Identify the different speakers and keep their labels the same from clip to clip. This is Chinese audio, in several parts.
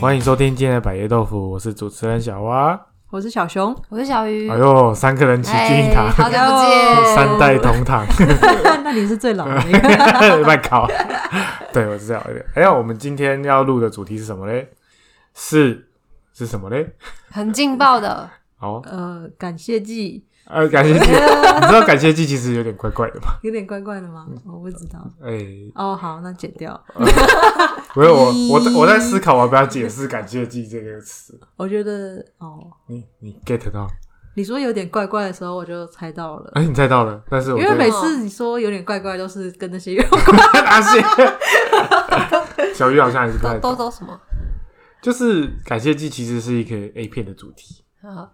Speaker 1: 欢迎收听今天的百叶豆腐，我是主持人小蛙。
Speaker 2: 我是 小熊，
Speaker 3: 我是小鱼
Speaker 2: 嗯
Speaker 3: 哎
Speaker 1: 哎，呦，三个人齐聚一堂，
Speaker 2: 哎
Speaker 3: 好久不 见，
Speaker 1: 三代同堂，
Speaker 2: 那你是最老的那个。
Speaker 1: 乱搞。 对，我知道了。哎呀，我们今天要录的主题是什么嘞？是是什么嘞？
Speaker 3: 很劲 爆的，
Speaker 1: 哦，
Speaker 2: 呃，感谢祭
Speaker 1: 呃，感 谢祭，你知道感谢祭其实有点怪怪的嘛？
Speaker 2: 有点怪怪的吗？我不知道。
Speaker 1: 哎，
Speaker 2: 哦，好，那剪掉。
Speaker 1: 没有，我我在我在思考我要不要解释感谢祭这个词。
Speaker 2: 我觉得哦，
Speaker 1: 你你 get 到？
Speaker 2: 你说有点怪怪的时候，我就猜到了。
Speaker 1: 哎，你猜到了，但是我
Speaker 2: 因
Speaker 1: 觉
Speaker 2: 为
Speaker 1: 得。
Speaker 2: 每次你说有点怪怪，都是跟那些有关。
Speaker 1: 那些。 小鱼好像还是不太
Speaker 3: 都都
Speaker 1: 懂。
Speaker 3: 都什么？
Speaker 1: 就是感谢祭其实是一个 A 片的主题。
Speaker 3: 啊，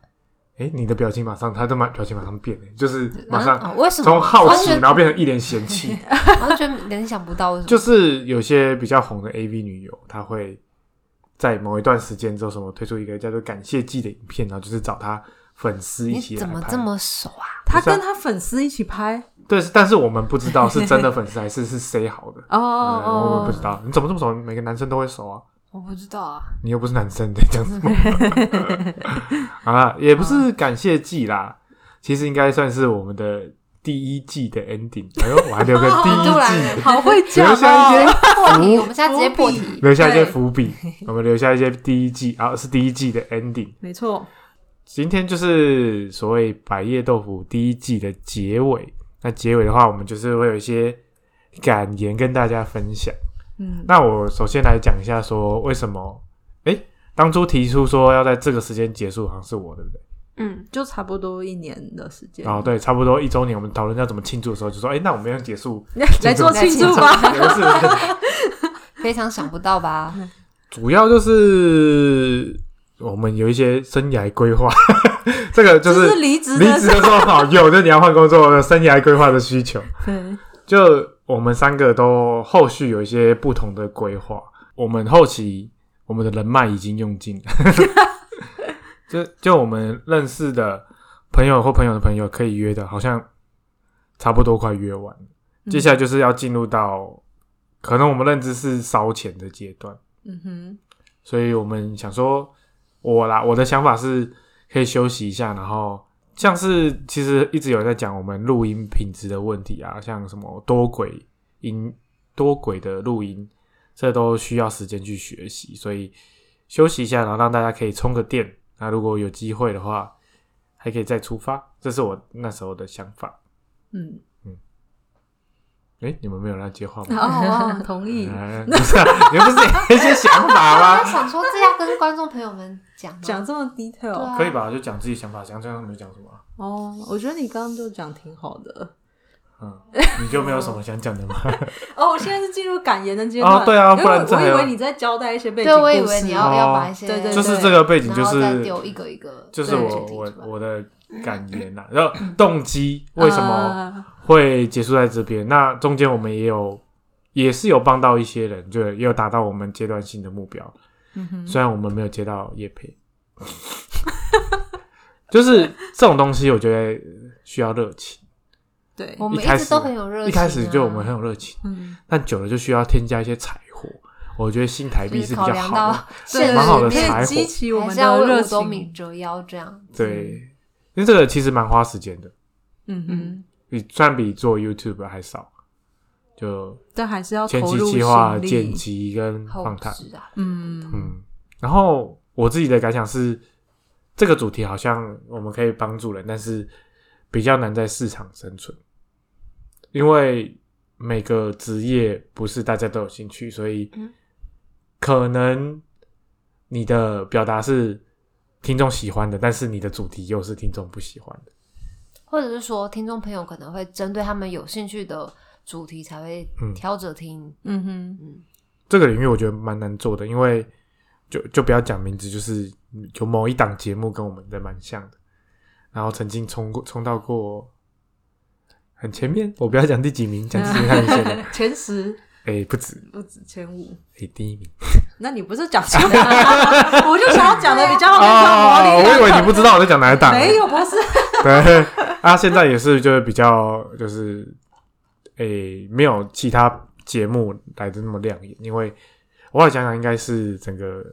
Speaker 1: 哎、你的表情马上，他的马表情马上变了，就是马
Speaker 3: 啊
Speaker 1: 上
Speaker 3: 为什么？
Speaker 1: 从好
Speaker 3: 完
Speaker 1: 奇，
Speaker 3: 全
Speaker 1: 然后变成一脸嫌弃。
Speaker 3: 完全联想不到，为什么？
Speaker 1: 就是有些比较红的 AV 女友，她会在某一段时间之后，什么推出一个叫做感谢祭的影片，然后就是找她粉丝一
Speaker 3: 你
Speaker 1: 起来
Speaker 3: 怎么
Speaker 1: 拍
Speaker 3: 这么熟啊？
Speaker 2: 他跟他粉丝一起拍。
Speaker 1: 对？但是我们不知道是真的粉丝还是 是 C 好的。
Speaker 2: 哦
Speaker 1: 嗯我们不
Speaker 2: 哦
Speaker 1: 知道，你怎么这么熟？每个男生都会熟啊。
Speaker 3: 我不知道啊，
Speaker 1: 你又不是男生，在讲什么？好啦，也不是感谢季啦，其实应该算是我们的第一季的 ending。哎呦，我还留个第
Speaker 3: 突
Speaker 1: 一
Speaker 3: 然
Speaker 1: 季，
Speaker 2: 哦好会讲
Speaker 1: 留下一
Speaker 2: 哦。
Speaker 1: 些
Speaker 3: 破
Speaker 1: 嗯
Speaker 3: 题，我们现在直接破题。
Speaker 1: 留下一些
Speaker 2: 对
Speaker 1: 伏笔，我们留下一些第一季啊，是第一季的 ending。
Speaker 2: 没错，
Speaker 1: 今天就是所谓百叶豆腐第一季的结尾。那结尾的话，我们就是会有一些感言跟大家分享。
Speaker 2: 嗯，
Speaker 1: 那我首先来讲一下，说为什么？哎、当初提出说要在这个时间结束，好像是我，对不对？
Speaker 3: 嗯，
Speaker 2: 就差不多一年的时间。
Speaker 1: 哦，对，差不多一周年，我们讨论要怎么庆祝的时候，就说，哎、那我们要结束，
Speaker 2: 来做庆祝吧。
Speaker 1: 也不是，不是
Speaker 3: 非常想不到吧？
Speaker 1: 主要就是我们有一些生涯规划， 这个 就
Speaker 2: 这
Speaker 1: 是
Speaker 2: 是离职
Speaker 1: 离
Speaker 2: 的
Speaker 1: 职
Speaker 2: 时
Speaker 1: 的时候好有，就你要换工作的生涯规划的需求。
Speaker 2: 候。对，
Speaker 1: 就我们三个都后续有一些不同的规划，我们后期我们的人脉已经用尽了， 就就我们认识的朋友或朋友的朋友可以约的，好像差不多快约完了，
Speaker 2: 嗯
Speaker 1: 接下来就是要进入到可能我们认知是烧钱的阶段，
Speaker 2: 嗯哼，
Speaker 1: 所以我们想说，我啦，我的想法是可以休息一下，然后像是其实一直有人在讲我们录音品质的问题啊，像什么多轨音、多轨的录音，这都需要时间去学习，所以休息一下，然后让大家可以充个电。那如果有机会的话，还可以再出发，这是我那时候的想法。
Speaker 2: 嗯，
Speaker 1: 诶，你们没有让他接话 吗？
Speaker 2: 哦，同意。
Speaker 1: 哎不是、啊，你们不是 有一些想法
Speaker 3: 我在
Speaker 1: 吗？
Speaker 3: 想说，这要跟观众朋友们讲吗
Speaker 2: 讲这么 detail，、
Speaker 3: 对啊
Speaker 1: 可以吧？就讲自己想法，想讲他们讲什么啊。
Speaker 2: 哦，我觉得你刚刚就讲挺好的。
Speaker 1: 嗯，你就没有什么想讲的吗？
Speaker 2: 哦，我现在是进入感言的阶段。
Speaker 1: 哦对啊
Speaker 2: 因为
Speaker 1: 不然这还有
Speaker 2: 我我以为你在交代一些背景故
Speaker 3: 对，
Speaker 2: 事。
Speaker 3: 我以为你要
Speaker 1: 哦
Speaker 3: 要把一些，
Speaker 2: 对对对
Speaker 1: 就是这个背景，就
Speaker 3: 然后再
Speaker 1: 是
Speaker 3: 丢一个一个，
Speaker 1: 就是
Speaker 2: 对
Speaker 1: 我
Speaker 3: 主题
Speaker 1: 我
Speaker 3: 出来
Speaker 1: 我的感言呐、然后动机为什
Speaker 3: 呃
Speaker 1: 么
Speaker 2: 呃
Speaker 1: 会结束在这边？那中间我们也有也是有帮到一些人，就也有达到我们阶段性的目标，
Speaker 2: 嗯哼，
Speaker 1: 虽然我们没有接到叶培， 就是这种东西，我觉得需要热情。
Speaker 2: 对，
Speaker 3: 我们
Speaker 1: 一开
Speaker 3: 一
Speaker 1: 始
Speaker 3: 直都很有热情啊，
Speaker 1: 一开始就我们很有热情，
Speaker 2: 嗯，
Speaker 1: 但久了就需要添加一些柴火。我觉得新台币
Speaker 3: 就是是
Speaker 1: 比
Speaker 3: 考
Speaker 1: 较
Speaker 3: 量
Speaker 1: 好的
Speaker 3: 到。现
Speaker 1: 蛮好的
Speaker 3: 实
Speaker 2: 可以
Speaker 1: 柴
Speaker 3: 面，
Speaker 1: 火
Speaker 2: 激起我
Speaker 3: 还
Speaker 2: 们
Speaker 3: 是要
Speaker 2: 的
Speaker 3: 为
Speaker 2: 热
Speaker 3: 五斗
Speaker 2: 情。
Speaker 3: 米折腰这样。
Speaker 1: 对，因为这个其实蛮花时间的，
Speaker 2: 嗯哼，
Speaker 1: 比虽然比做 YouTube 还少，就
Speaker 2: 但还是要
Speaker 1: 前
Speaker 2: 投
Speaker 1: 期
Speaker 2: 入
Speaker 1: 计划、
Speaker 2: 心
Speaker 1: 剪
Speaker 2: 力。
Speaker 1: 辑跟
Speaker 3: 后
Speaker 1: 放弹，
Speaker 3: 置啊，
Speaker 2: 嗯，
Speaker 1: 嗯，然后我自己的感想是，这个主题好像我们可以帮助人，但是比较难在市场生存，因为每个职业不是大家都有兴趣，所以
Speaker 3: 嗯
Speaker 1: 可能你的表达是听众喜欢的，但是你的主题又是听众不喜欢的。
Speaker 3: 或者是说听众朋友可能会针对他们有兴趣的主题才会
Speaker 1: 嗯
Speaker 3: 挑着听。
Speaker 2: 嗯哼，
Speaker 3: 嗯，
Speaker 1: 这个领域我觉得蛮难做的，因为就就不要讲名字，就是有某一档节目跟我们的蛮像的，然后曾经冲过冲到过很前面，我不要讲第几名，讲前面太明显 了，
Speaker 2: 前十
Speaker 1: 哎，不止，
Speaker 2: 不止前五，
Speaker 1: 哎，第一名。
Speaker 2: 那你不是讲前五？ 我就想要讲的比较好，比较
Speaker 1: 啊我
Speaker 2: 哦魔
Speaker 1: 以
Speaker 2: 力。
Speaker 1: 为你不知道我在讲哪一档，
Speaker 2: 没有，不是。
Speaker 1: 对，啊，现在也是就是比较就是，诶、没有其他节目来的那么亮眼，因为我来想想，应该是整个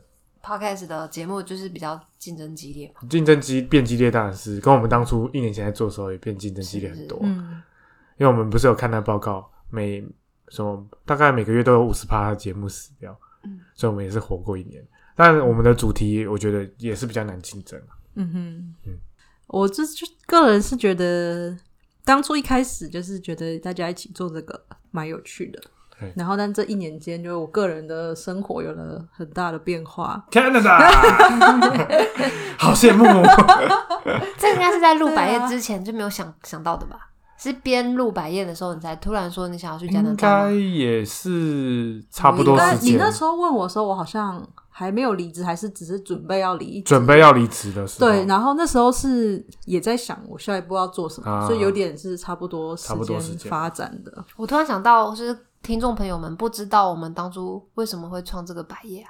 Speaker 3: podcast 的节目就是比较竞争激烈嘛，
Speaker 1: 竞争激变激烈当然是跟我们当初一年前在做的时候也变竞争激烈很多，
Speaker 2: 嗯，
Speaker 1: 因为我们不是有看那报告，每什么大概每个月都有五十趴的节目死掉，
Speaker 3: 嗯
Speaker 1: 所以我们也是活过一年。但我们的主题我觉得也是比较难竞 争，
Speaker 2: 嗯哼
Speaker 1: 嗯，
Speaker 2: 我这就个人是觉得，当初一开始就是觉得大家一起做这个蛮有趣的
Speaker 1: 对。
Speaker 2: 然后，但这一年间，就是我个人的生活有了很大的变化。
Speaker 1: Canada，好羡慕。哦啊
Speaker 3: 这应该是在录百
Speaker 2: 对
Speaker 3: 夜
Speaker 2: 啊
Speaker 3: 之前就没有想、想到的吧？是边录百夜的时候，你才突然说你想要去加拿
Speaker 1: 应
Speaker 3: 大
Speaker 1: 该
Speaker 3: 吗？
Speaker 1: 也是差不多
Speaker 3: 我
Speaker 2: 但
Speaker 1: 时
Speaker 2: 你
Speaker 1: 间
Speaker 2: 那，时候问我的时候，我好像还没有离职，还是只是准备要离职。
Speaker 1: 准备要哦离职的时候，
Speaker 2: 对，然后那时候是也在想我下一步要做什么，
Speaker 1: 啊
Speaker 2: 所以有点是差不多时
Speaker 1: 差不多时间
Speaker 2: 间发展的。
Speaker 3: 我突然想到，就是听众朋友们不知道我们当初为什么会创这个百夜啊？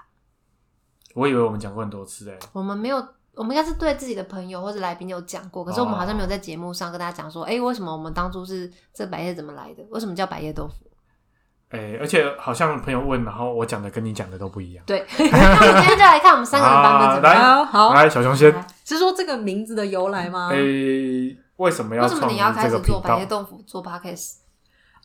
Speaker 1: 我以为我们讲过很多次哎、
Speaker 3: 我们没有，我们应该是对自己的朋友或者来宾有讲过，可
Speaker 1: 哦
Speaker 3: 是我们好像没有在节目上跟大家讲说，哎、为什么我们当初是这百夜怎么来的？为什么叫百夜 豆腐？
Speaker 1: 哎、而且好像朋友问，然后我讲的跟你讲的都不一样。
Speaker 3: 对，那我们今天就来看我们三个人版本怎么
Speaker 1: 哎
Speaker 3: 样。
Speaker 1: 啊
Speaker 2: 好好，
Speaker 1: 来，小熊先，
Speaker 3: 来
Speaker 2: 是说这个名字的由来吗？
Speaker 1: 哎、为什么要
Speaker 3: 啊为什
Speaker 1: 创
Speaker 3: 么你
Speaker 1: 立
Speaker 3: 要开
Speaker 1: 这
Speaker 3: 始
Speaker 1: 个频
Speaker 3: 做百
Speaker 1: 道
Speaker 3: 夜？豆腐做 podcast？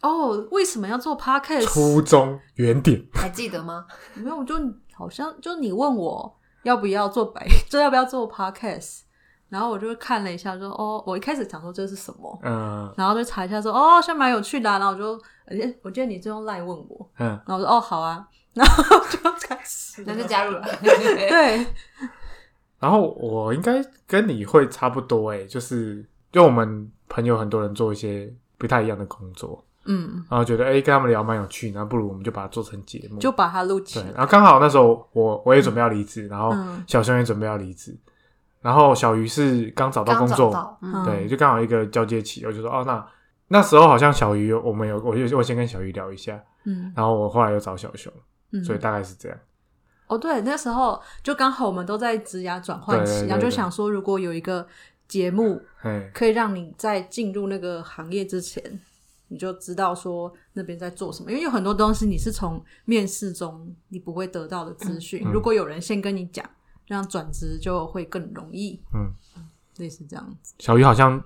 Speaker 2: 哦，为什么要做 podcast？
Speaker 1: 初衷原 点，
Speaker 3: 还记 得吗？
Speaker 2: 没有，就好像就你问我要不要做白， 就要不要做 podcast，然后我就看了一下说，哦，我一开始想说这是什么，
Speaker 1: 嗯
Speaker 2: 然后就查一下说，哦，好像蛮有趣的啊、然后我就，而且我记得你是用赖问我，
Speaker 1: 嗯，
Speaker 2: 然后我说哦好啊，然后就开始了，
Speaker 3: 那就加入了。
Speaker 2: 对，
Speaker 1: 然后我应该跟你会差不多哎、就是因为我们朋友很多人做一些不太一样的工作，
Speaker 2: 嗯，
Speaker 1: 然后觉得哎、跟他们聊蛮有趣，然后不如我们就把它做成节目，
Speaker 2: 就把它录起
Speaker 1: 对，
Speaker 2: 来
Speaker 1: 然，后刚好那时候我我也准备要离职，然后
Speaker 2: 嗯
Speaker 1: 小熊也准备要离职，然后小鱼是刚找到工
Speaker 3: 刚找
Speaker 1: 作，
Speaker 3: 到，嗯，
Speaker 1: 对，就刚好一个交接期，我就说哦，那那时候好像小鱼有我们有我就我先跟小鱼聊一下，
Speaker 2: 嗯
Speaker 1: 然后我后来又找小熊，
Speaker 2: 嗯，
Speaker 1: 所以大概是这样。
Speaker 2: 哦，对，那时候就刚好我们都在职涯转换
Speaker 1: 对对
Speaker 2: 期，
Speaker 1: 对
Speaker 2: 然后就
Speaker 1: 对
Speaker 2: 想说，如果有一个节目
Speaker 1: 哎，
Speaker 2: 可以让你在进入那个行业之前，你就知道说那边在做什么，因为有很多东西你是从面试中你不会得到的资讯，
Speaker 1: 嗯
Speaker 2: 如果有人先跟你讲，这样转职就会更容易。
Speaker 1: 嗯，
Speaker 2: 类似这样子。
Speaker 1: 小鱼好像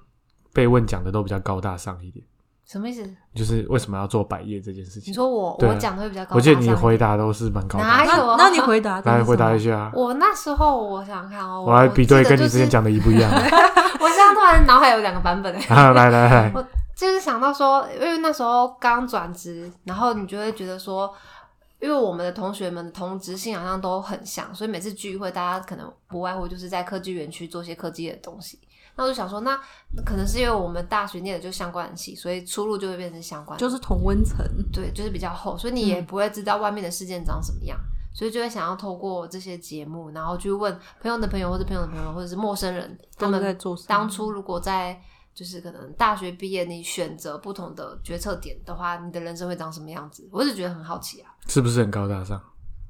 Speaker 1: 被问讲的都比较高大上一点，
Speaker 3: 什么意思？
Speaker 1: 就是为什么要做百叶这件事
Speaker 3: 你
Speaker 1: 情。
Speaker 3: 说我
Speaker 1: 对啊
Speaker 3: 我讲的会比较高大
Speaker 1: 我
Speaker 3: 上
Speaker 1: 记
Speaker 3: 一
Speaker 1: 得
Speaker 3: 点，
Speaker 1: 你回答都是蛮高大
Speaker 3: 哪
Speaker 1: 上
Speaker 3: 有
Speaker 1: 的，
Speaker 2: 那那你回答，
Speaker 1: 来回答一
Speaker 2: 下。
Speaker 1: 下。啊
Speaker 3: 我那时候我想想看哦，我
Speaker 1: 我来比对，跟你之
Speaker 3: 之前
Speaker 1: 前，讲的一不 一样。
Speaker 3: 我现在突然脑海有两个版本，
Speaker 1: 啊 来来来，
Speaker 3: 就是想到说，因为那时候刚转职，然后你就会觉得说，因为我们的同学们的同职性好像都很像，所以每次聚会大家可能不外乎就是在科技园区做些科技的东西。那我就想说，那可能是因为我们大学念的就相关的系，所以出路就会变成相关的，
Speaker 2: 就是同温层，
Speaker 3: 对，就是比较厚，所以你也
Speaker 2: 嗯
Speaker 3: 不会知道外面的事件长什么样，所以就会想要透过这些节目，然后去问朋友的朋友，或者朋友的朋友，或者是陌生人，他
Speaker 2: 他们
Speaker 3: 们
Speaker 2: 在做什么
Speaker 3: 当初如果在就是可能大学毕业，你选择不同的决策点的话，你的人生会长什么样子？我就觉得很好奇啊，
Speaker 1: 是不是很高大上？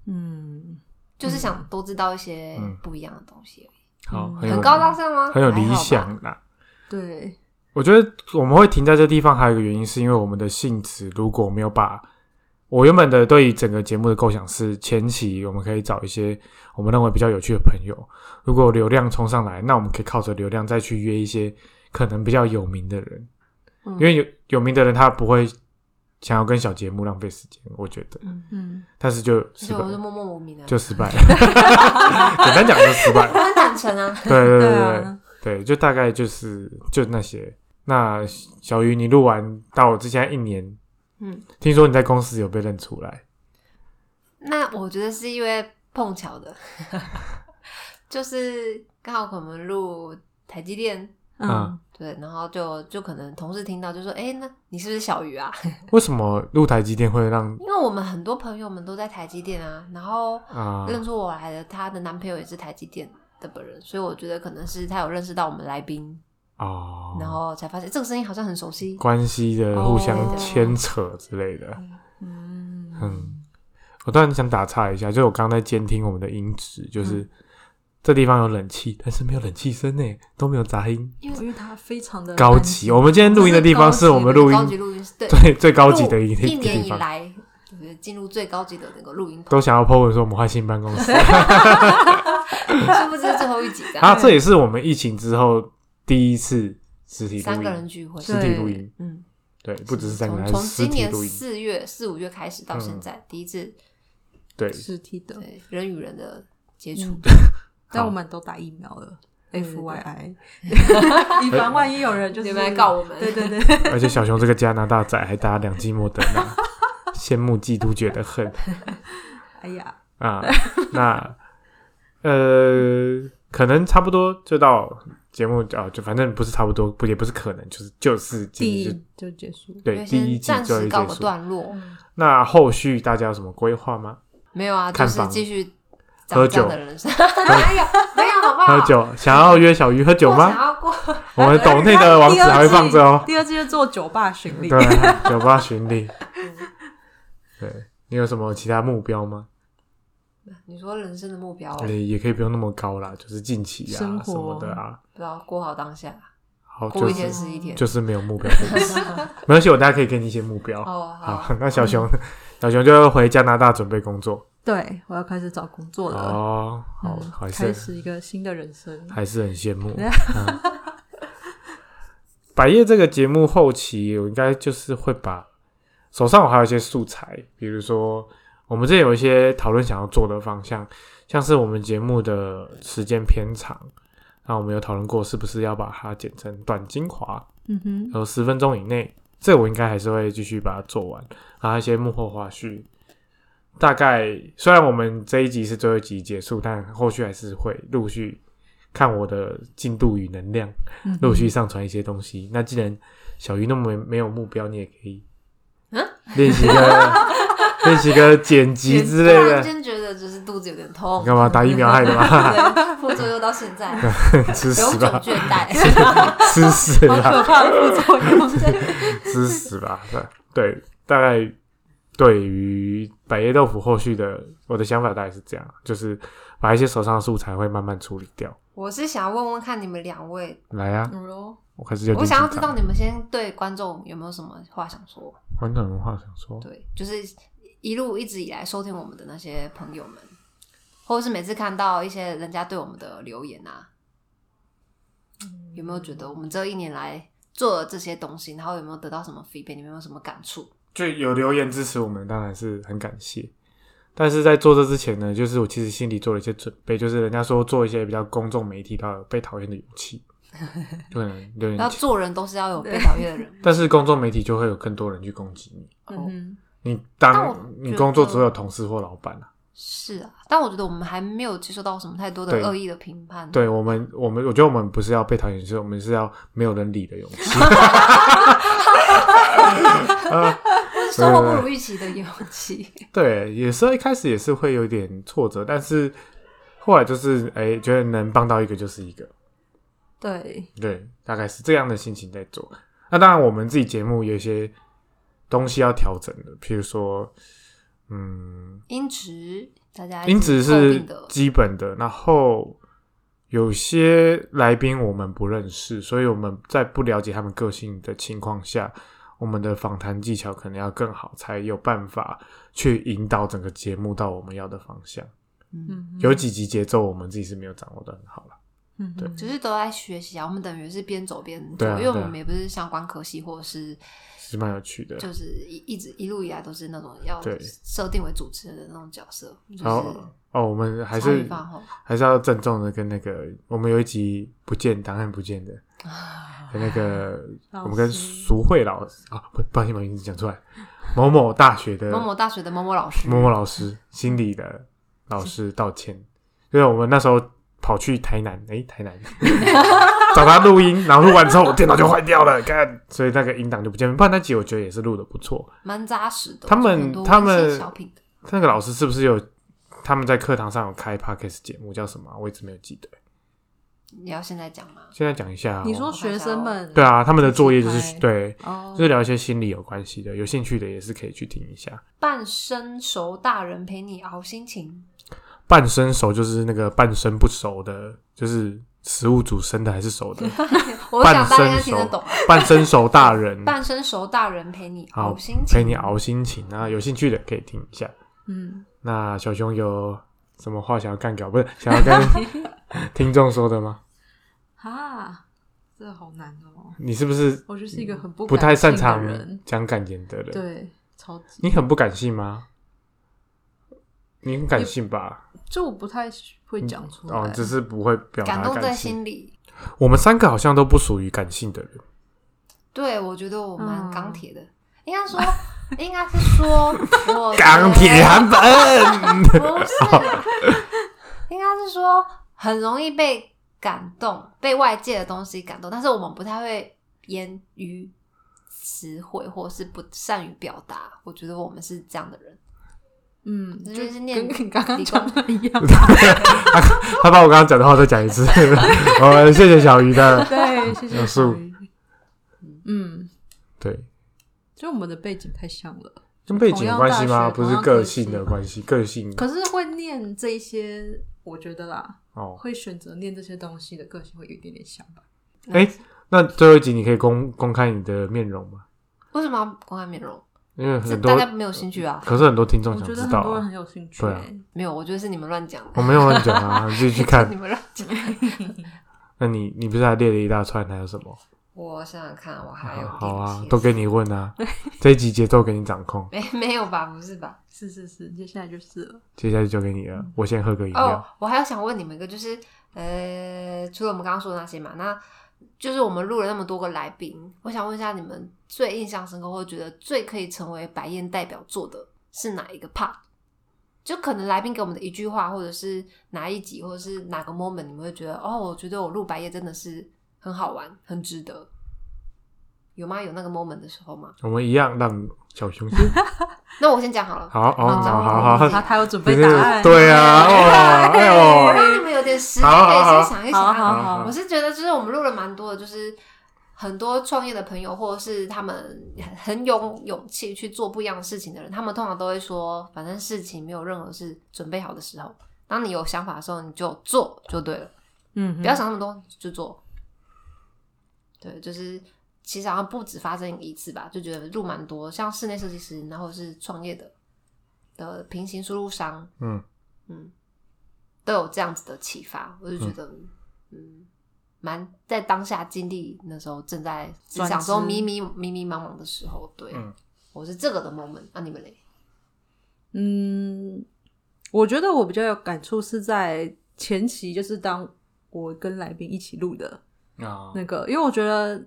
Speaker 2: 嗯，
Speaker 3: 就是想多知道一些
Speaker 1: 嗯
Speaker 3: 不一样的东西而
Speaker 1: 好，
Speaker 2: 嗯
Speaker 1: 很
Speaker 3: 已，
Speaker 1: 有
Speaker 3: 很高大上吗？
Speaker 1: 很有
Speaker 3: 还好
Speaker 1: 理
Speaker 3: 吧，
Speaker 1: 想啦。
Speaker 2: 对，
Speaker 1: 我觉得我们会停在这地方，还有一个原因是因为我们的性质如果没有把我原本的对于整个节目的构想是，前期我们可以找一些我们认为比较有趣的朋友，如果流量冲上来，那我们可以靠着流量再去约一些可能比较有名的人，
Speaker 2: 嗯
Speaker 1: 因为有有名的人他不会想要跟小节目浪费时间，我觉得，
Speaker 3: 嗯，
Speaker 2: 嗯，
Speaker 1: 但是就失
Speaker 3: 所以
Speaker 1: 败
Speaker 3: 我就默默无名啊，
Speaker 1: 就失败了， 简单讲就失败了，
Speaker 3: 我很坦诚啊，
Speaker 1: 对对对对
Speaker 2: 对
Speaker 1: 对
Speaker 2: 啊，
Speaker 1: 对，就大概就是就那些。那小鱼，你录完到之前一年，
Speaker 3: 嗯，
Speaker 1: 听说你在公司有被认出来，
Speaker 3: 那我觉得是因为碰巧的， 就是刚好我们录台积电，
Speaker 1: 啊
Speaker 2: 嗯，
Speaker 3: 对，然后就就可能同事听到就说：“哎、那你是不是小鱼啊？”
Speaker 1: 为什么录台积电会让
Speaker 3: 因为我们很多朋友们都在台积电啊，然后
Speaker 1: 啊、
Speaker 3: 认出我来的，她的男朋友也是台积电的本人，所以我觉得可能是她有认识到我们来宾，
Speaker 1: 哦，
Speaker 3: 然后才发现这个声音好像很熟悉。
Speaker 1: 关系的互相
Speaker 3: 啊
Speaker 2: 哦
Speaker 1: 牵扯之类的？
Speaker 2: 嗯
Speaker 1: 嗯，我突然想打岔一下，就是我刚才监听我们的音质，就是、
Speaker 2: 嗯
Speaker 1: 这地方有冷气，但是没有冷气声呢，都没有杂音，
Speaker 2: 因为它非常
Speaker 3: 嗯
Speaker 2: 的
Speaker 1: 高级。我们今天录音的地方是我们录
Speaker 3: 这是高级
Speaker 1: 音
Speaker 3: 录音室，对，
Speaker 1: 最最高级的一
Speaker 3: 一
Speaker 1: 个
Speaker 3: 年
Speaker 1: 地
Speaker 3: 以
Speaker 1: 方。
Speaker 3: 来就是进入最高级的那个录音棚，
Speaker 1: 都想要 po 文说我们换新办公室
Speaker 3: 殊不知是最后一集这
Speaker 1: 啊，
Speaker 3: 样，
Speaker 1: 这也是我们疫情之后第一次实体
Speaker 3: 三
Speaker 1: 录
Speaker 3: 个人
Speaker 1: 音，
Speaker 3: 聚会，
Speaker 1: 实体录音，
Speaker 3: 嗯，
Speaker 1: 对，不只是三个人，还
Speaker 3: 从从
Speaker 1: 是实
Speaker 3: 今
Speaker 1: 体
Speaker 3: 年
Speaker 1: 录音，嗯
Speaker 3: 四月四五月开始到现在，第一次
Speaker 1: 对，
Speaker 2: 实体的，
Speaker 3: 对人与人的接触
Speaker 2: 嗯，但我们都打疫苗了
Speaker 3: 对
Speaker 2: ，FYI，以防万一有人就是
Speaker 3: 你们来告我们，
Speaker 2: 对 对对，
Speaker 1: 而且小熊这个加拿大仔还打两剂莫德纳， 羡慕嫉妒觉得恨
Speaker 2: 哎呀，
Speaker 1: 啊。那呃，可能差不多就到节目啊，就反正不是差不多，不也不是可能，就是就是其
Speaker 2: 第
Speaker 1: 实就
Speaker 2: 一就结束。
Speaker 3: 因
Speaker 1: 对
Speaker 3: 为
Speaker 1: 第一季
Speaker 3: 先暂
Speaker 1: 就
Speaker 3: 时
Speaker 1: 已
Speaker 3: 告
Speaker 1: 结
Speaker 3: 个
Speaker 1: 束。
Speaker 3: 段落，
Speaker 2: 嗯
Speaker 1: 那后续大家有什么规划吗？
Speaker 3: 没有啊，就
Speaker 1: 看
Speaker 3: 是
Speaker 1: 房
Speaker 3: 继续
Speaker 1: 喝酒
Speaker 3: 长这样的人生， 没有没有，好不好？
Speaker 1: 喝酒，想要约小鱼喝酒
Speaker 3: 啊我想
Speaker 1: 吗？
Speaker 3: 要过
Speaker 1: 我们抖内的网址还会放着哦。
Speaker 2: 第二季就做酒吧巡礼，
Speaker 1: 对，啊酒吧巡礼。对你有什么其他目标吗？
Speaker 3: 你说人生的目标，
Speaker 1: 呃
Speaker 3: 不
Speaker 1: 也可以不用那么高啦，就是近期啊
Speaker 2: 生活
Speaker 1: 什么的啊。
Speaker 3: 知道过好当下，
Speaker 1: 好，
Speaker 3: 过
Speaker 1: 哦就
Speaker 3: 一天
Speaker 1: 是
Speaker 3: 是一天。
Speaker 1: 就是没有目标这件事，没关系，我大家可以给你一些目标。
Speaker 3: 哦，好，
Speaker 1: 好，那小熊，小熊就要回加拿大准备工作。
Speaker 2: 对我要开始找工
Speaker 3: 嗯
Speaker 2: 作了，
Speaker 1: 哦，好，
Speaker 2: 嗯
Speaker 1: 还是
Speaker 2: 开始一个新的人生。
Speaker 1: 还是很羡慕。嗯百叶这个节目后期，我应该就是会把手上我还有一些素材，比如说我们这有一些讨论想要做的方向，像是我们节目的时间偏长，那我们有讨论过是不是要把它剪成短精华，
Speaker 2: 嗯哼，
Speaker 1: 有十分钟以内，这我应该还是会继续把它做完。然后一些幕后花絮，大概虽然我们这一集是最后一集结束，但后续还是会陆续看我的进度与能量，
Speaker 2: 嗯哼
Speaker 1: 陆续上传一些东西。那既然小鱼那么没没有目标，你也可以练习个练习个剪辑之类
Speaker 3: 突然
Speaker 1: 的。
Speaker 3: 间觉得就是肚子有点
Speaker 1: 你
Speaker 3: 痛，
Speaker 1: 干嘛打疫苗害的 吗？
Speaker 3: 对，副作用到现在，
Speaker 1: 吃
Speaker 3: 永
Speaker 1: 屎
Speaker 3: 久
Speaker 1: 吧，
Speaker 3: 倦怠。
Speaker 1: 吃屎
Speaker 2: 好
Speaker 1: 吧！
Speaker 2: 可怕的副作用，
Speaker 1: 知识吧， 对对，大概对于百叶豆腐后续的我的想法大概是这样，就是把一些手上的素材会慢慢处理掉。
Speaker 3: 我是想问问看你们两位，
Speaker 1: 来啊，
Speaker 2: 哎呦
Speaker 1: 我开始有
Speaker 3: 我
Speaker 1: 点
Speaker 3: 想要知
Speaker 1: 紧
Speaker 3: 道
Speaker 1: 张
Speaker 3: 你们先对观众有没有什么话想说？
Speaker 1: 观众文化想说，
Speaker 3: 对，就是一路一直以来收听我们的那些朋友们，或者是每次看到一些人家对我们的留言啊，有没有觉得我们这一年来做了这些东西，然后有没有得到什么 feedback？你们有没有什么感触？
Speaker 1: 就有留言支持我们，当然是很感谢。但是在做这之前呢，就是我其实心里做了一些准备，就是人家说做一些比较公众媒体，他有被讨厌的勇 气，就可能留言
Speaker 3: 那
Speaker 1: 起
Speaker 3: 做人都是要有被讨厌的 人，哦
Speaker 1: 但是公众媒体就会有更多人去攻击你。
Speaker 2: 嗯哼，
Speaker 1: 你
Speaker 3: 但我
Speaker 1: 当你
Speaker 3: 觉
Speaker 1: 工作
Speaker 3: 得
Speaker 1: 只有同事或老板啊，
Speaker 3: 是啊。但我觉得我们还没有接受到什么太多的
Speaker 1: 对
Speaker 3: 恶意的评判。啊
Speaker 1: 对我们，我们我觉得我们不是要被讨厌，是我们是要没有人理的勇气。
Speaker 3: 就是收获不如预期的勇 气。
Speaker 1: 对，也是一开始也是会有点挫折，但是后来就是哎、觉得能帮到一个就是一个，
Speaker 2: 对，
Speaker 1: 对，大概是这样的心情在做。那当然，我们自己节目有一些东西要调整的，譬如说，嗯，
Speaker 3: 音质，大家一直
Speaker 1: 音质
Speaker 3: 诟
Speaker 1: 是
Speaker 3: 病的，
Speaker 1: 基本的，然后有些来宾我们不认识，所以我们在不了解他们个性的情况下，我们的访谈技巧可能要更好，才有办法去引导整个节目到我们要的方向。
Speaker 3: 嗯，
Speaker 2: 嗯哼，
Speaker 1: 有几集节奏我们自己是没有掌握的很好了，
Speaker 2: 嗯哼，
Speaker 1: 对
Speaker 3: 只是都在学习啊，我们等于是边走边做，
Speaker 1: 对啊
Speaker 3: 因为我
Speaker 1: 对啊
Speaker 3: 们也不是相关科系，或者是
Speaker 1: 是蛮有趣的。
Speaker 3: 就是一一直一路以来都是那种要
Speaker 1: 对
Speaker 3: 设定为主持人的那种角色，就是
Speaker 1: 然后哦，我们还
Speaker 3: 茶余
Speaker 1: 是
Speaker 3: 饭后
Speaker 1: 还是要郑重的跟那个，我们有一集不见档案不见 的，跟那个
Speaker 2: 老
Speaker 1: 我们跟
Speaker 2: 师
Speaker 1: 苏慧老师啊，不，不好意思，把名字讲出来，某某大学的
Speaker 3: 某某大学的某某老师，
Speaker 1: 某某老师，心理的老师道歉，就是我们那时候跑去台南，诶，台 南找他录音，然后录完之后我电脑就坏掉了，干，所以那个音档就不见了。不然那集我觉得也是录的不错。
Speaker 3: 蛮扎实的。
Speaker 1: 他们
Speaker 3: 很多
Speaker 1: 他
Speaker 3: 温馨
Speaker 1: 们
Speaker 3: 小品的
Speaker 1: 那个老师是不是有他们在课堂上有开 podcast 节目叫什么啊？我一直没有记得，
Speaker 3: 你要现在讲吗？
Speaker 1: 现在讲一下哦、
Speaker 2: 你说学生们
Speaker 1: 对啊，他们的作业就
Speaker 2: 自己
Speaker 1: 是
Speaker 2: 拍
Speaker 1: 对，
Speaker 2: 哦
Speaker 1: 就是聊一些心理有关系的，有兴趣的也是可以去听一下。
Speaker 3: 半生熟大人陪你熬心情，
Speaker 1: 半生熟就是那个半生不熟的，就是食物组生的还是熟 的？
Speaker 3: 我
Speaker 1: 半
Speaker 3: 想大家应
Speaker 1: 生
Speaker 3: 该听得
Speaker 1: 熟
Speaker 3: 懂。，
Speaker 1: 半生熟大人，
Speaker 3: 半生熟大人陪你
Speaker 1: 好
Speaker 3: 熬心情，
Speaker 1: 陪你熬心情啊。有兴趣的可以听一下。
Speaker 2: 嗯，
Speaker 1: 那小熊有什么话想要干掉？不是想要跟 听众说的吗？
Speaker 2: 哈，这好难哦。
Speaker 1: 你是不是
Speaker 2: 我就是一个很不
Speaker 1: 不太
Speaker 2: 感性
Speaker 1: 擅
Speaker 2: 的
Speaker 1: 长
Speaker 2: 人，
Speaker 1: 讲感言的人？
Speaker 2: 对，超级。
Speaker 1: 你很不感性吗？你很感性吧？
Speaker 2: 就我不太会讲出来，
Speaker 1: 哦，只是不会表达
Speaker 3: 感动在
Speaker 1: 性。
Speaker 3: 心里。
Speaker 1: 我们三个好像都不属于感性的人，
Speaker 3: 对，我觉得我蛮
Speaker 2: 嗯
Speaker 3: 钢铁的，应该说，应该是说
Speaker 2: 哦
Speaker 3: 我
Speaker 1: 钢铁韩 本。
Speaker 3: 不是，应该是说很容易被感动，被外界的东西感动，但是我们不太会言语词汇，或是不善于表达。我觉得我们是这样的人，
Speaker 2: 嗯，
Speaker 3: 就
Speaker 2: 就是
Speaker 3: 念
Speaker 2: 跟你刚刚
Speaker 3: 理
Speaker 2: 讲
Speaker 3: 工
Speaker 2: 的一 样。
Speaker 1: 他把我刚刚讲的话再讲一次。 我们谢谢小鱼的，
Speaker 2: 对，谢
Speaker 1: 有
Speaker 2: 谢
Speaker 1: 数
Speaker 2: 小鱼。嗯，
Speaker 1: 对，
Speaker 2: 就我们的背景太像了，
Speaker 1: 跟背景有关系吗？
Speaker 2: 同样大学
Speaker 1: 不是个性的关系，个性
Speaker 2: 可是会念这一些，我觉得啦，
Speaker 1: 哦。
Speaker 2: 会选择念这些东西的个性会有一点点像吧。
Speaker 1: 哎、那最后一集你可以公公开你的面容吗？
Speaker 3: 为什么要公开面容？
Speaker 1: 因为
Speaker 3: 这
Speaker 1: 很
Speaker 3: 大
Speaker 1: 多
Speaker 3: 家，没有兴趣啊？
Speaker 1: 可是很多听众
Speaker 2: 我
Speaker 1: 想
Speaker 2: 觉
Speaker 1: 知
Speaker 2: 得很
Speaker 1: 道、
Speaker 2: 多人
Speaker 1: 啊
Speaker 2: 很。有兴趣、
Speaker 1: 对啊
Speaker 2: 欸。
Speaker 3: 没有，我觉得是你们乱讲
Speaker 1: 我
Speaker 3: 的。
Speaker 1: 没有乱讲啊，你自己去
Speaker 3: 你
Speaker 1: 看。
Speaker 3: 们乱讲。
Speaker 1: 那你你不是还列了一大串，还有什么？
Speaker 3: 我想想看，我还有
Speaker 1: 好啊
Speaker 3: 点，
Speaker 1: 都给你问啊。这一集节奏给你掌控，
Speaker 3: 没没有吧？不是吧？
Speaker 2: 是是是，接下来就是了。
Speaker 1: 接下来就给你了。我先喝个饮
Speaker 3: 哦
Speaker 1: 料。，
Speaker 3: 我还有想问你们一个，就是呃，除了我们刚刚说的那些嘛，那就是我们录了那么多个来宾，我想问一下你们最印象深刻，或者觉得最可以成为百宴代表作的是哪一个 part？就可能来宾给我们的一句话，或者是哪一集，或者是哪个 moment，你们会觉得哦，我觉得我录白夜真的是很好玩，很值得。有吗？有那个 moment 的时候吗？
Speaker 1: 我们一样让小熊先。
Speaker 3: 那我先讲好了，
Speaker 1: 好，哦，
Speaker 3: 好
Speaker 1: 好好好
Speaker 2: 他，他有准
Speaker 1: 不
Speaker 2: 备
Speaker 1: 是
Speaker 2: 答 案。
Speaker 1: 对啊，哇，
Speaker 3: 我
Speaker 1: 哎呦，
Speaker 3: 让你们有点时间
Speaker 1: 好
Speaker 3: 可
Speaker 1: 好好
Speaker 3: 以先想一想。啊
Speaker 2: 好好
Speaker 1: 好
Speaker 2: 好
Speaker 3: 我，是觉得，就是我们录了蛮多的，就是很多创业的朋友，或者是他们很很有勇气去做不一样的事情的人，他们通常都会说，反正事情没有任何是准备好的时候。当你有想法的时候，你就做就对了，
Speaker 2: 嗯，
Speaker 3: 不要想那么多，就做。对，就是其实好像不止发生一次吧，就觉得录蛮多，像室内设计师，然后是创业的的平行输入商，
Speaker 1: 嗯，
Speaker 3: 嗯，都有这样子的启发，我就觉得，嗯，蛮、在当下经历那时候正在职场中
Speaker 2: 转职
Speaker 3: 迷迷迷迷茫茫的时候，对，
Speaker 1: 嗯
Speaker 3: 我是这个的 moment，那、你啊们嘞？
Speaker 2: 嗯，我觉得我比较有感触是在前期，就是当我跟来宾一起录的
Speaker 1: 啊
Speaker 2: 那个，因为我觉得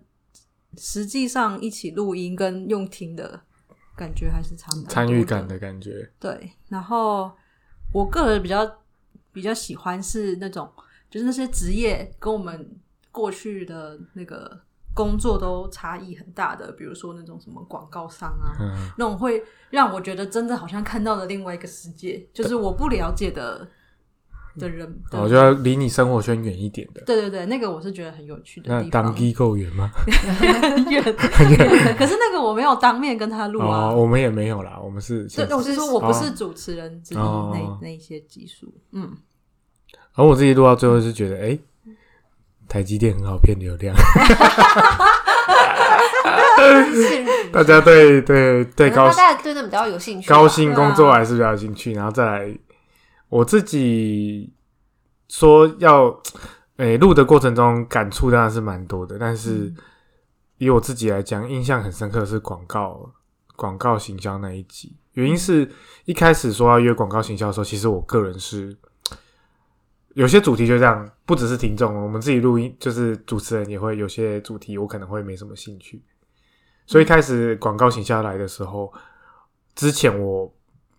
Speaker 2: 实际上一起录音跟用听的感觉还是差蛮多的
Speaker 1: 参与感的感觉，
Speaker 2: 对，然后我个人比较比较喜欢是那种，就是那些职业跟我们过去的那个工作都差异很大的，比如说那种什么广告商啊，
Speaker 1: 嗯，
Speaker 2: 那种会让我觉得真的好像看到了另外一个世界，就是我不了解的的人。的
Speaker 1: 哦我就要离你生活圈远一点的。
Speaker 2: 对对对，那个我是觉得很有趣的
Speaker 1: 那
Speaker 2: 地
Speaker 1: 当
Speaker 2: 方。
Speaker 1: 机够远吗？
Speaker 2: 远远可是那个我没有当面跟他录啊。
Speaker 1: 哦，我们也没有啦，我们是
Speaker 2: 对
Speaker 1: 现，
Speaker 2: 我是说我不是
Speaker 1: 哦
Speaker 2: 主持人之一，
Speaker 1: 哦
Speaker 2: 那那一些技术，嗯，
Speaker 1: 然后我自己录到最后是觉得，哎、台积电很好骗流 量，
Speaker 3: 是
Speaker 1: 大家对对对
Speaker 3: 可能
Speaker 1: 高
Speaker 3: 大家对那比较有兴趣吧，
Speaker 1: 高薪工作
Speaker 2: 对啊
Speaker 1: 还是比较有兴趣，然后再来我自己说要，诶、录的过程中感触当然是蛮多的，但是以我自己来讲，印象很深刻的是广告广告行销那一集，原因是一开始说要约广告行销的时候，其实我个人是。有些主题就这样，不只是听众，我们自己录音，就是主持人也会有些主题，我可能会没什么兴趣，所以一开始广告行销来的时候，之前我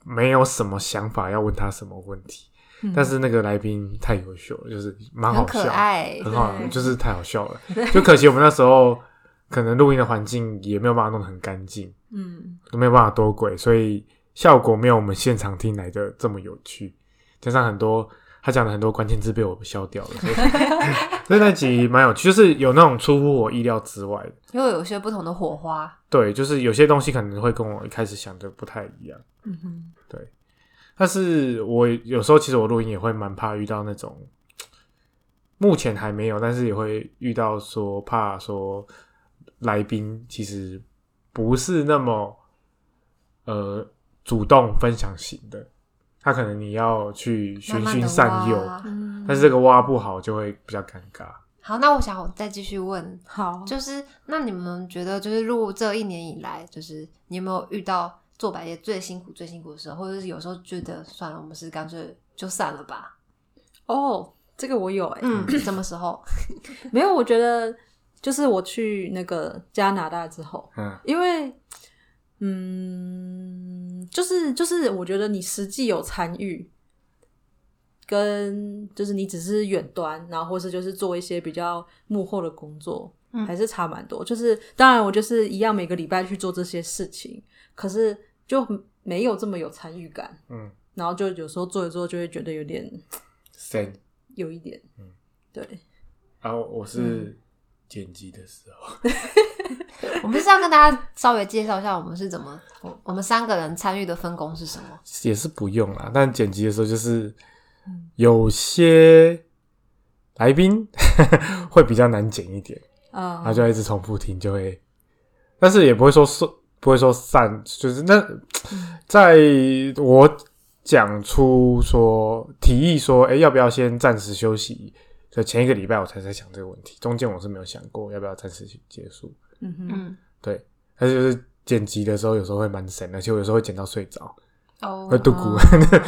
Speaker 1: 没有什么想法要问他什么问题，
Speaker 2: 嗯
Speaker 1: 但是那个来宾太优秀了，就是蛮
Speaker 3: 很
Speaker 1: 好
Speaker 3: 可
Speaker 1: 笑，
Speaker 3: 爱，
Speaker 1: 很好，
Speaker 2: 对
Speaker 1: 就是太好笑 了。就可惜我们那时候可能录音的环境也没有办法弄得很干净，
Speaker 2: 嗯，
Speaker 1: 没有办法多轨，所以效果没有我们现场听来的这么有趣。加上很多他讲的很多关键字被我消 掉了，所以所以那集蛮有趣，就是有那种出乎我意料之外的。
Speaker 3: 又有一些不同的火花，
Speaker 1: 对，就是有些东西可能会跟我一开始想的不太一样。
Speaker 2: 嗯哼，
Speaker 1: 但是我有时候其实我录音也会蛮怕遇到那种目前还没有，但是也会遇到说怕说来宾其实不是那么呃主动分享型的，他可能你要去循
Speaker 3: 慢慢
Speaker 1: 循
Speaker 3: 地
Speaker 1: 善诱，
Speaker 3: 挖啊
Speaker 2: 嗯
Speaker 1: 但是这个挖不好就会比较尴尬。
Speaker 3: 好，那我想我再继续问，
Speaker 2: 好，
Speaker 3: 就是那你们觉得，就是入这一年以来，就是你有没有遇到做白夜最辛苦、最辛苦的时候，或者是有时候觉得算了，我们是干脆就散了吧？
Speaker 2: 哦，这个我有哎、
Speaker 3: 嗯，什么时候？
Speaker 2: 没有，我觉得就是我去那个加拿大之后，
Speaker 1: 嗯，
Speaker 2: 因为嗯，就是就是，我觉得你实际有参与，跟就是你只是远端，然后或是就是做一些比较幕后的工作，
Speaker 3: 嗯
Speaker 2: 还是差蛮多。就是当然，我就是一样每个礼拜去做这些事情，可是就没有这么有参与感。
Speaker 1: 嗯，
Speaker 2: 然后就有时候做一做，就会觉得有点
Speaker 1: 谁？
Speaker 2: 有一点，
Speaker 1: 嗯
Speaker 2: 对。
Speaker 1: 然后啊我是
Speaker 3: 嗯
Speaker 1: 剪辑的时候，
Speaker 3: 我们是要跟大家稍微介绍一下我们是怎么，我我们三个人参与的分工是什么？
Speaker 1: 也是不用啦，但剪辑的时候就是有些来宾会比较难剪一点，
Speaker 2: 嗯，
Speaker 1: 他就要一直重复听，就会，但是也不会说说不会说散，就是那在我讲出说提议说，哎、要不要先暂时休息？所以前一个礼拜我才在想这个问题，中间我是没有想过要不要暂时结束。
Speaker 2: 嗯哼，
Speaker 3: 嗯，
Speaker 1: 对，但是就是剪辑的时候有时候会蛮神，而且我有时候会剪到睡着，
Speaker 3: 哦
Speaker 1: 会度孤，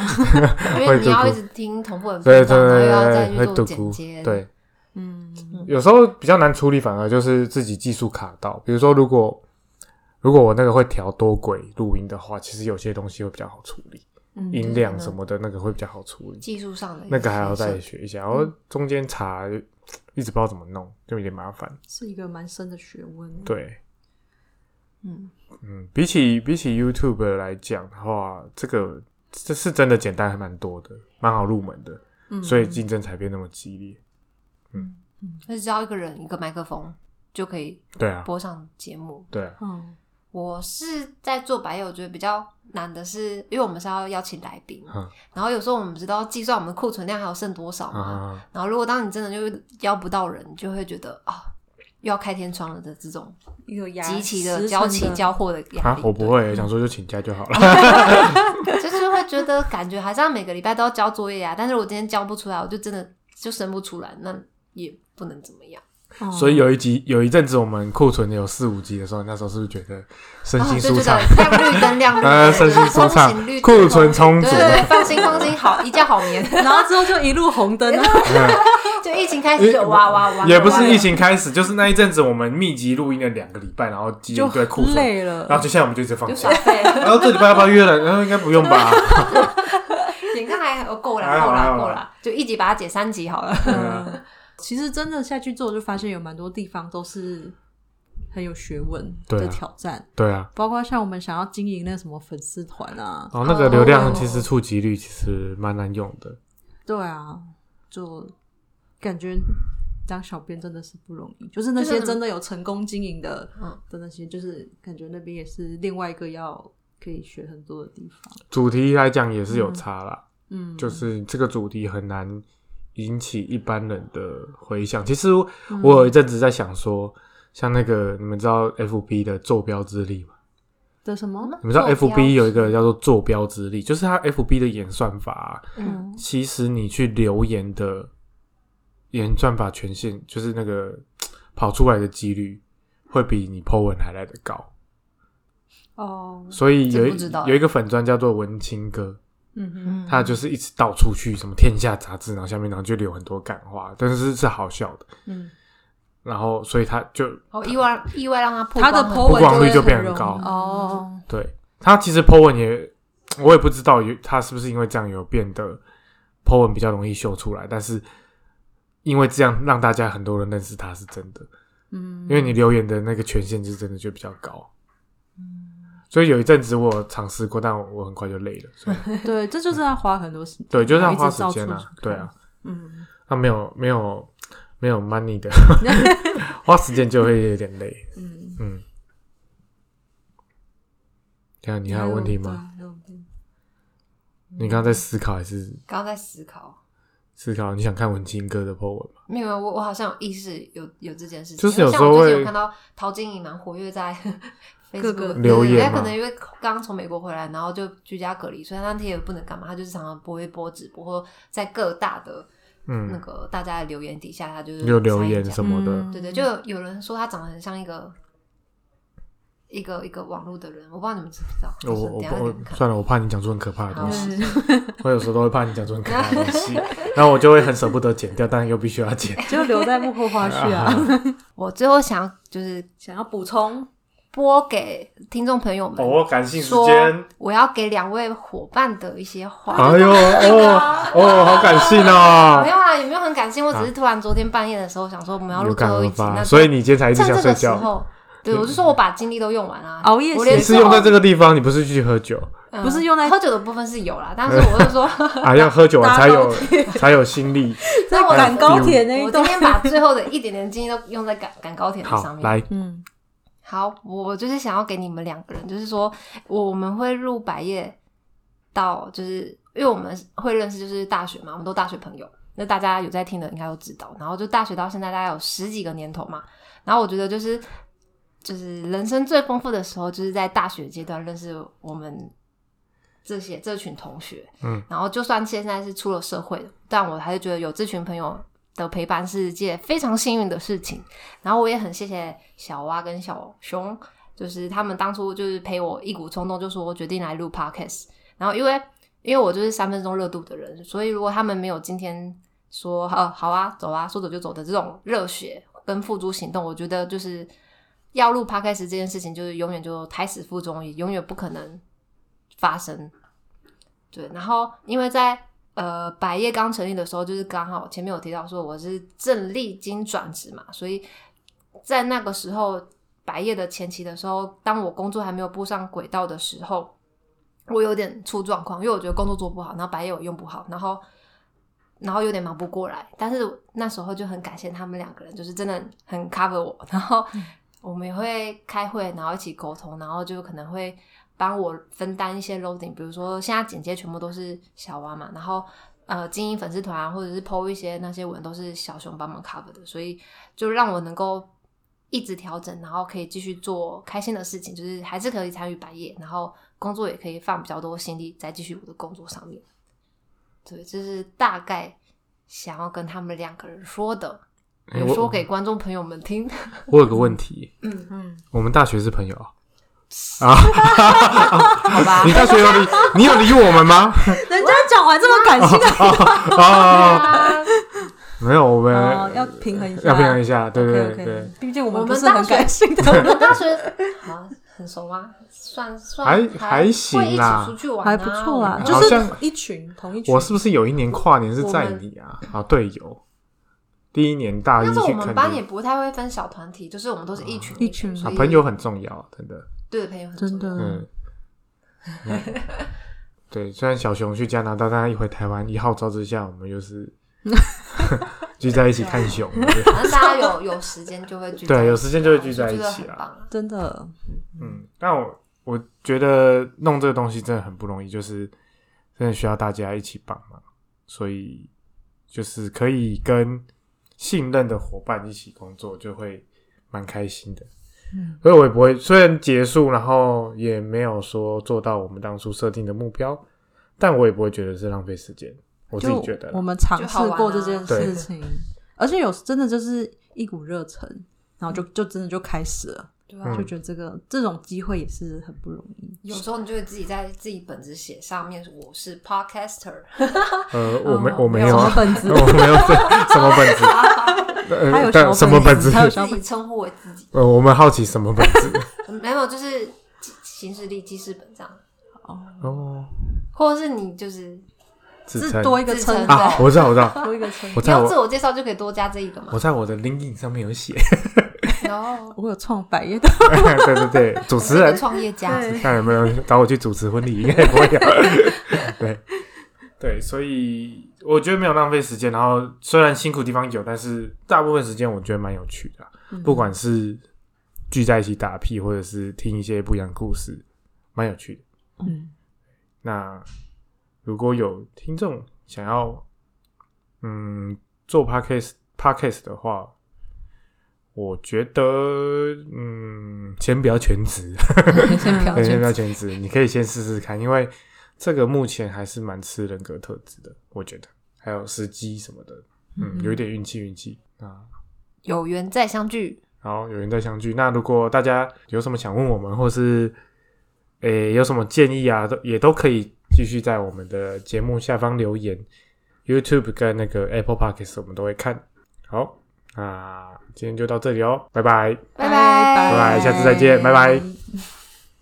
Speaker 3: 因
Speaker 1: 会
Speaker 3: 为你
Speaker 1: 度
Speaker 3: 要一
Speaker 1: 孤
Speaker 3: 直听同步的
Speaker 1: 对对
Speaker 3: 分享，然后又要再
Speaker 1: 对对，
Speaker 3: 去
Speaker 1: 会
Speaker 3: 做
Speaker 1: 度
Speaker 3: 剪
Speaker 1: 孤
Speaker 3: 接，，
Speaker 1: 对，
Speaker 2: 嗯
Speaker 1: 有时候比较难处理，反而就是自己技术卡到。比如说，如果如果我那个会调多轨录音的话，其实有些东西会比较好处理，
Speaker 2: 嗯
Speaker 1: 音量什么的那个会比较好处理，
Speaker 3: 技术上的
Speaker 1: 那个还要
Speaker 3: 一些
Speaker 1: 再学一下。然嗯后中间查一直不知道怎么弄，就有点麻烦。
Speaker 2: 是一个蛮深的学问。，
Speaker 1: 对，
Speaker 3: 嗯
Speaker 1: 嗯，比起比起 YouTube 来讲的话，这个这是真的简单还蛮多的，蛮好入门的，
Speaker 2: 嗯
Speaker 1: 所以竞争才变那么激烈。
Speaker 3: 所以只要一个人一个麦克风就可以
Speaker 1: 对啊，
Speaker 3: 播上节目。
Speaker 1: 对啊，
Speaker 2: 嗯
Speaker 3: 我是在做白夜，我觉得比较难的是，因为我们是要邀请来宾，
Speaker 1: 嗯
Speaker 3: 然后有时候我们不知道计算我们的库存量还有剩多少嘛。
Speaker 1: 啊，
Speaker 3: 然后如果当你真的就邀不到人，就会觉得啊、又要开天窗了的这种
Speaker 2: 一个压
Speaker 3: 极其
Speaker 2: 时
Speaker 3: 的
Speaker 2: 辰
Speaker 3: 交期交货的压
Speaker 1: 啊
Speaker 3: 力。，
Speaker 1: 我不
Speaker 3: 对，
Speaker 1: 会，想说就请假就好了。
Speaker 3: 就是会觉得感觉好像每个礼拜都要交作业啊，但是我今天交不出来，我就真的就生不出来，那也不能怎么样。
Speaker 2: 哦
Speaker 1: 所以有一集有一阵子我们库存有四五集的时候，那时候是不是觉得身
Speaker 3: 然后
Speaker 1: 心
Speaker 3: 就
Speaker 1: 舒
Speaker 3: 觉
Speaker 1: 畅
Speaker 3: 得？亮绿灯 亮绿
Speaker 1: 呃
Speaker 3: 灯，
Speaker 1: 身心舒
Speaker 3: 通
Speaker 1: 畅
Speaker 3: 行绿灯
Speaker 1: 库存充足
Speaker 3: 对对对，放心放心，好一觉好眠。
Speaker 2: 然后之后就一路 红灯了。
Speaker 3: 就疫情开始就哇哇哇，
Speaker 1: 嗯也不是疫情开始，就是那一阵子我们密集录音了两个礼拜，然后积了
Speaker 2: 就
Speaker 1: 一堆库存，
Speaker 2: 累了
Speaker 1: 然后接下来我们就一直放
Speaker 3: 就
Speaker 1: 假
Speaker 3: 耍。废了，
Speaker 1: 然后这礼拜要不要约了？然后应该不用 吧？
Speaker 3: 你看还有够
Speaker 1: 还
Speaker 3: 了
Speaker 1: 好
Speaker 3: 够
Speaker 1: 还好
Speaker 3: 了够了，就一集把它解三集好了。
Speaker 1: 对啊
Speaker 2: 嗯，其实真的下去之后，就发现有蛮多地方都是很有学问
Speaker 1: 对
Speaker 2: 的
Speaker 1: 啊
Speaker 2: 挑战，
Speaker 1: 对啊，哦
Speaker 2: 包括像我们想要经营那什么粉丝团啊，
Speaker 1: 然后那个流量其实触及率其实蛮难用的。
Speaker 2: 对啊，就感觉。当小编真的是不容易，就是那
Speaker 3: 就
Speaker 2: 些
Speaker 3: 是
Speaker 2: 真的有成功经营的
Speaker 3: 嗯
Speaker 2: 的那些，就是感觉那边也是另外一个要可以学很多的地方。
Speaker 1: 主题来讲也是有差啦，
Speaker 2: 嗯，
Speaker 1: 就是这个主题很难引起一般人的回响。其实
Speaker 3: 嗯
Speaker 1: 我有一阵子在想说，像那个你们知道 FB 的坐标之力吗？
Speaker 2: 的什么？
Speaker 1: 你们知道
Speaker 3: 坐标之
Speaker 1: FB 有一个叫做坐标之力，就是它 FB 的演算法啊、
Speaker 3: 嗯，
Speaker 2: 嗯
Speaker 1: 其实你去留言的演算法权限，就是那个跑出来的几率，会比你 Po 文还来得高。
Speaker 2: 哦，
Speaker 1: 所以有
Speaker 3: 这不知
Speaker 1: 一
Speaker 3: 道欸
Speaker 1: 有一个粉专叫做文青哥，
Speaker 2: 嗯哼，
Speaker 1: 他就是一直到处去什么天下杂志，然后下面然后就留很多感话，但是是好笑的。
Speaker 2: 嗯，
Speaker 1: 然后所以他就
Speaker 3: 哦意外意外让他破
Speaker 2: 他的
Speaker 3: 光很
Speaker 2: po
Speaker 1: 曝
Speaker 2: 文
Speaker 1: 光
Speaker 2: 就
Speaker 1: 率
Speaker 2: 会
Speaker 1: 就变
Speaker 2: 容
Speaker 1: 很
Speaker 2: 易
Speaker 1: 高
Speaker 2: 哦，
Speaker 1: 对呃他其实 Po 文也，我也不知道有他是不是因为这样有变得 Po 文比较容易秀出来，但是因为这样让大家很多人认识他是真的。
Speaker 2: 嗯，
Speaker 1: 因为你留言的那个权限是真的就比较高。所以有一阵子我有尝试过，但我我很快就累了。所以
Speaker 2: 对，这就是要花很多时间，
Speaker 1: 对，就是要
Speaker 2: 一直
Speaker 1: 花时
Speaker 2: 到
Speaker 1: 间
Speaker 2: 处
Speaker 1: 啊
Speaker 2: 去看，
Speaker 1: 对啊，，
Speaker 2: 嗯，
Speaker 1: 那没有没有没有 money 的，花时间就会有点累。
Speaker 2: 嗯，
Speaker 1: 嗯，这样你还有问题吗？
Speaker 2: 对啊？还有问题
Speaker 1: 你刚刚在思考还是
Speaker 3: 刚刚在思考，
Speaker 1: 思考，你想看文青哥的 po 文吗？
Speaker 3: 没有，我我好像有意识有有这件事情，
Speaker 1: 就是
Speaker 3: 因为
Speaker 1: 有
Speaker 3: 像
Speaker 1: 时候
Speaker 3: 我最近
Speaker 1: 会
Speaker 3: 有看到陶晶莹蛮活跃在 Facebook
Speaker 2: 各个
Speaker 3: 对
Speaker 1: 留
Speaker 3: 对对
Speaker 1: 言
Speaker 3: 她可
Speaker 1: 嘛
Speaker 3: 能因为刚从美国回来，然后就居家隔离，所以她那天也不能干嘛，她就是常常播一播直播，或在各大的那
Speaker 1: 嗯，
Speaker 3: 个大家的留言底下，她就是
Speaker 1: 有留言
Speaker 3: 参与
Speaker 1: 什么的，
Speaker 2: 嗯
Speaker 3: 对对，就有有人说她长得很像一个一个一个网络的人，我不知道你们知不知道，
Speaker 1: 我
Speaker 3: 就是
Speaker 1: 我
Speaker 3: 等一下
Speaker 1: 不
Speaker 3: 给
Speaker 1: 我
Speaker 3: 你看。
Speaker 1: 算了，我怕你讲出很可怕的东
Speaker 3: 好
Speaker 1: 西，
Speaker 2: 是
Speaker 1: 我有时候都会怕你讲出很可怕的东西，然后我就会很舍不得剪掉，但又必须要 剪。
Speaker 2: 就留在幕后花絮啊。
Speaker 3: 我最后想要就是
Speaker 2: 想要补充，
Speaker 3: 播给听众朋友们，
Speaker 1: 哦，感性时
Speaker 3: 说
Speaker 1: 间，
Speaker 3: 我要给两位伙伴的一些话。
Speaker 1: 哎呦，哦哦，好感性哦
Speaker 3: 没，有啊，也没有很感性，我只是突然昨天半夜的时候想说我们要录
Speaker 1: 有
Speaker 3: 最
Speaker 1: 感
Speaker 3: 后
Speaker 1: 而
Speaker 3: 一集，
Speaker 1: 发，
Speaker 3: 那
Speaker 1: 所以你今天才一直
Speaker 3: 趁
Speaker 1: 想
Speaker 3: 这
Speaker 1: 睡
Speaker 3: 个时
Speaker 1: 觉。
Speaker 3: 候，对我就说我把精力都用完了，
Speaker 2: 熬夜
Speaker 3: 我
Speaker 2: 写
Speaker 3: 连
Speaker 1: 你是用在这个地方，你不是去喝 酒
Speaker 3: 嗯
Speaker 2: 不是用来
Speaker 3: 喝酒的部分是有啦，但是我就说，
Speaker 1: 啊？要喝酒完才有 才有心力。
Speaker 2: 在
Speaker 3: 我
Speaker 2: 赶高铁那一
Speaker 3: 我
Speaker 2: 段
Speaker 3: 今。天把最后的一点点精力都用在赶赶高铁的
Speaker 1: 好
Speaker 3: 上，面。
Speaker 1: 来，
Speaker 2: 嗯，
Speaker 3: 好，我就是想要给你们两个人，就是说我我们会录百夜到，就是因为我们会认识，就是大学嘛，我们都大学朋友。那大家有在听的应该都知道，然后就大学到现在大概有十几个年头嘛。然后我觉得就是就是人生最丰富的时候，就是在大学阶段认识我们这些这群同学。
Speaker 1: 嗯，
Speaker 3: 然后就算现在是出了社会，但我还是觉得有这群朋友的陪伴是一件非常幸运的事情。然后我也很谢谢小蛙跟小熊，就是他们当初就是陪我一股冲动，就说我决定来录 podcast。然后因为因为我就是三分钟热度的人，所以如果他们没有今天说呃好啊走啊说走就走的这种热血跟付诸行动，我觉得就是要录 podcast 这件事情，就是永远就胎死腹中，也永远不可能发生。对，然后因为在呃百业刚成立的时候，就是刚好前面有提到说我是正历经转职嘛，所以在那个时候百业的前期的时候，当我工作还没有步上轨道的时候，我有点出状况，因为我觉得工作做不好，然后百业我用不好，然后。然后有点忙不过来，但是那时候就很感谢他们两个人，就是真的很 cover 我。然后我们也会开会，然后一起沟通，然后就可能会帮我分担一些 loading，比如说现在剪接全部都是小蛙嘛，然后呃经营粉丝团啊或者是 PO 一些那些文都是小熊帮忙 cover 的，所以就让我能够一直调整，然后可以继续做开心的事情，就是还是可以参与百业，然后工作也可以放比较多心力再继续我的工作上面。对，这是大概想要跟他们两个人说的，
Speaker 1: 哎
Speaker 3: 也
Speaker 1: 我
Speaker 3: 说给观众朋友们听。
Speaker 1: 我有个问题，
Speaker 3: 嗯
Speaker 2: 嗯，
Speaker 1: 我们大学是朋 友啊？
Speaker 3: 好吧
Speaker 1: 你？大学有理，你有理我们 吗？
Speaker 2: 人家讲完这么感 性的，
Speaker 1: 啊，没有，我
Speaker 2: 哦
Speaker 1: 们
Speaker 2: 要平衡一下，
Speaker 1: 要平衡一下，对对
Speaker 2: OK，OK
Speaker 1: 对，
Speaker 2: 毕竟我
Speaker 3: 我
Speaker 2: 们
Speaker 3: 们
Speaker 2: 不是很感性的，
Speaker 3: 我们大学啊很熟吗？算算
Speaker 1: 还还行
Speaker 3: 会一
Speaker 1: 啦
Speaker 3: 起出去玩、
Speaker 2: 还不错
Speaker 3: 啊
Speaker 2: 啦，
Speaker 3: 我们，
Speaker 2: 就
Speaker 1: 好
Speaker 2: 是
Speaker 1: 像
Speaker 2: 一群同一群
Speaker 1: 我。是不是有一年跨年是
Speaker 3: 我
Speaker 1: 在
Speaker 3: 们
Speaker 1: 你啊？好队友，第一年啊大一
Speaker 3: 但是我
Speaker 1: 去
Speaker 3: 们
Speaker 1: 看
Speaker 3: 班
Speaker 1: 你
Speaker 3: 也不太会分小团体，就是我们都是一群
Speaker 2: 一群
Speaker 3: 所
Speaker 1: 啊，
Speaker 3: 以
Speaker 1: 朋友很重要，真的，
Speaker 3: 对朋友很
Speaker 2: 真
Speaker 3: 重要
Speaker 2: 的
Speaker 1: 嗯。嗯 对，虽然小熊去加拿大，但他一回台湾，一号召之下，我们就是 聚在一起看熊。对
Speaker 3: 反正大家有有时间就会聚在一起啊，
Speaker 1: 对有时间就会聚在一起啊
Speaker 3: 我觉得很棒啊。
Speaker 2: 真的，
Speaker 1: 嗯，但我我觉得弄这个东西真的很不容易，就是真的需要大家一起帮忙，所以就是可以跟信任的伙伴一起工作，就会蛮开心的。
Speaker 2: 嗯，
Speaker 1: 所以我也不会，虽然结束，然后也没有说做到我们当初设定的目标，但我也不会觉得是浪费时间。我自己
Speaker 2: 就啊
Speaker 1: 觉得啦
Speaker 2: 我，们尝试过这件事情，而且有真的就是一股热忱，然后就就真的就开始了，
Speaker 3: 对
Speaker 1: 嗯
Speaker 3: 啊
Speaker 2: 就，觉得这个这种机会也是很不容易。
Speaker 3: 有时候你就会自己在自己本子写上面，我是 podcaster，
Speaker 1: 呃，我没
Speaker 2: 哦
Speaker 1: 我没有
Speaker 2: 什
Speaker 1: 啊
Speaker 2: 么，本 子，
Speaker 1: 我没有这什么本子， 呃
Speaker 2: 还有
Speaker 1: 但
Speaker 2: 什
Speaker 1: 什
Speaker 2: 么
Speaker 1: 么
Speaker 2: 本
Speaker 1: 本
Speaker 2: 子
Speaker 1: 子？
Speaker 2: 还有
Speaker 3: 自己称呼我自己，
Speaker 1: 呃，我们好奇什么本子？
Speaker 3: 没有就是记行事历、记事本这样，
Speaker 1: 哦，
Speaker 3: 或者是你就是
Speaker 1: 自
Speaker 2: 是
Speaker 1: 称
Speaker 2: 多一个
Speaker 3: 自
Speaker 2: 称
Speaker 3: 称
Speaker 1: 啊，
Speaker 2: 号，
Speaker 1: 我知道，我知 道，
Speaker 2: 多一个称
Speaker 1: 我
Speaker 2: 号。
Speaker 1: 在
Speaker 3: 要自
Speaker 1: 我
Speaker 3: 我介绍就可以多加这一个嘛
Speaker 1: 我。在我的 LinkedIn 上面有写，
Speaker 3: 然后
Speaker 2: 我有创百业的，
Speaker 1: 对对对，主持人
Speaker 3: 是个创业 家，
Speaker 2: 对
Speaker 1: 看有没有人找我去主持婚礼，应该也不会有。对对，所以我觉得没有浪费时间。然后虽然辛苦地方有，但是大部分时间我觉得蛮有趣的啊、不管是聚在一起打屁，或者是听一些不一样的故事，蛮有趣的。
Speaker 2: 嗯，
Speaker 1: 那如果有听众想要嗯，做 podcast podcast 的话，我觉得嗯，先不要全职，
Speaker 3: 先不要
Speaker 1: 对，先
Speaker 3: 哦全
Speaker 1: 不要
Speaker 3: 职
Speaker 1: 全职，你可以先试试看，因为这个目前还是蛮吃人格特质的，我觉得，还有时机什么的，嗯，有一点运气运气啊。
Speaker 3: 有缘再相聚，
Speaker 1: 然后有缘再相聚，那如果大家有什么想问我们，或是诶有什么建议啊，都也都可以继续在我们的节目下方留言。YouTube 跟那个 Apple Podcast 我们都会看。好，那今天就到这里哦，拜拜。
Speaker 3: 拜
Speaker 1: 拜
Speaker 2: 拜
Speaker 1: 拜下次再见拜拜